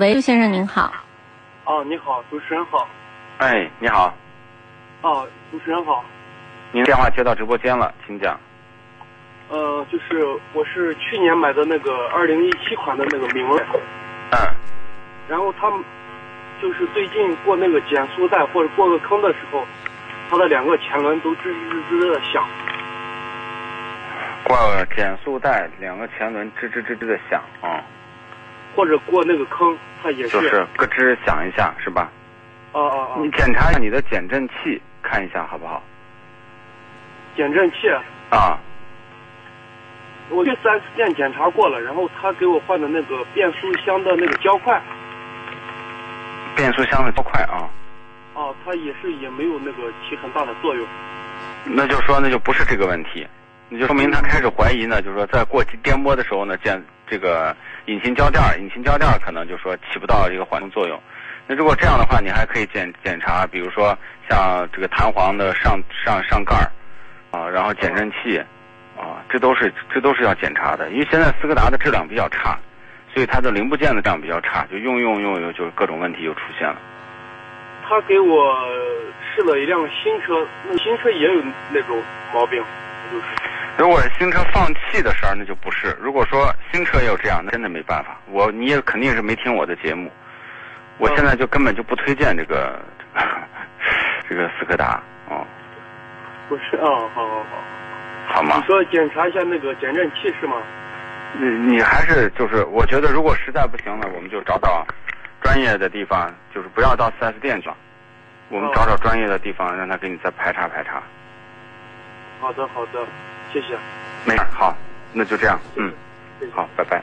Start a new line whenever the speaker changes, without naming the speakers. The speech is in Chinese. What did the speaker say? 喂，朱先生您好，
哦，你好，主持人好。
哎，你好，
哦，主持人好。
您电话接到直播间了，请讲。
呃，就是我是去年买的那个二零一七款的那个明锐，
嗯，
然后他们就是最近过那个减速带或者过个坑的时候，它的两个前轮都吱吱吱吱的响。
挂了减速带，两个前轮吱吱吱吱的响，啊、
或者过那个坑，它也是。
就是嗯咯吱响一下，是吧？
哦哦
你
哦，
检查一下你的减震器，看一下好不好？
减震器，
啊，
我去 4S 店检查过了，然后他给我换的那个变速箱的那个胶块，
变速箱的多快啊？
哦，它也是也没有那个起很大的作用。
那就说那就不是这个问题，那就说明他开始怀疑呢，就是说在过颠簸的时候呢，见这个引擎胶垫儿，引擎胶垫儿可能就说起不到这个缓冲作用。那如果这样的话，你还可以检检查，比如说像这个弹簧的上上上盖儿啊，然后减震器啊，这都是这都是要检查的，因为现在斯柯达的质量比较差，所以它的零部件的质量比较差，就用用用用，就是各种问题又出现了。
他给我试了一辆新车，那新车也有那种毛病，就是
如果是新车放气的事儿，那就不是。如果说新车也有这样，那真的没办法。我你也肯定是没听我的节目，我现在就根本就不推荐这个 这个斯柯达哦，
不是啊、哦，好好好，
好吗
你？说检查一下那个减震器是吗？
你你还是就是，我觉得如果实在不行了，我们就找找专业的地方，就是不要到 4S 店去了，我们
哦
找找专业的地方，让他给你再排查排查。
好的好的，谢谢，
没事儿，好，那就这样，嗯，
谢谢。
好，拜拜。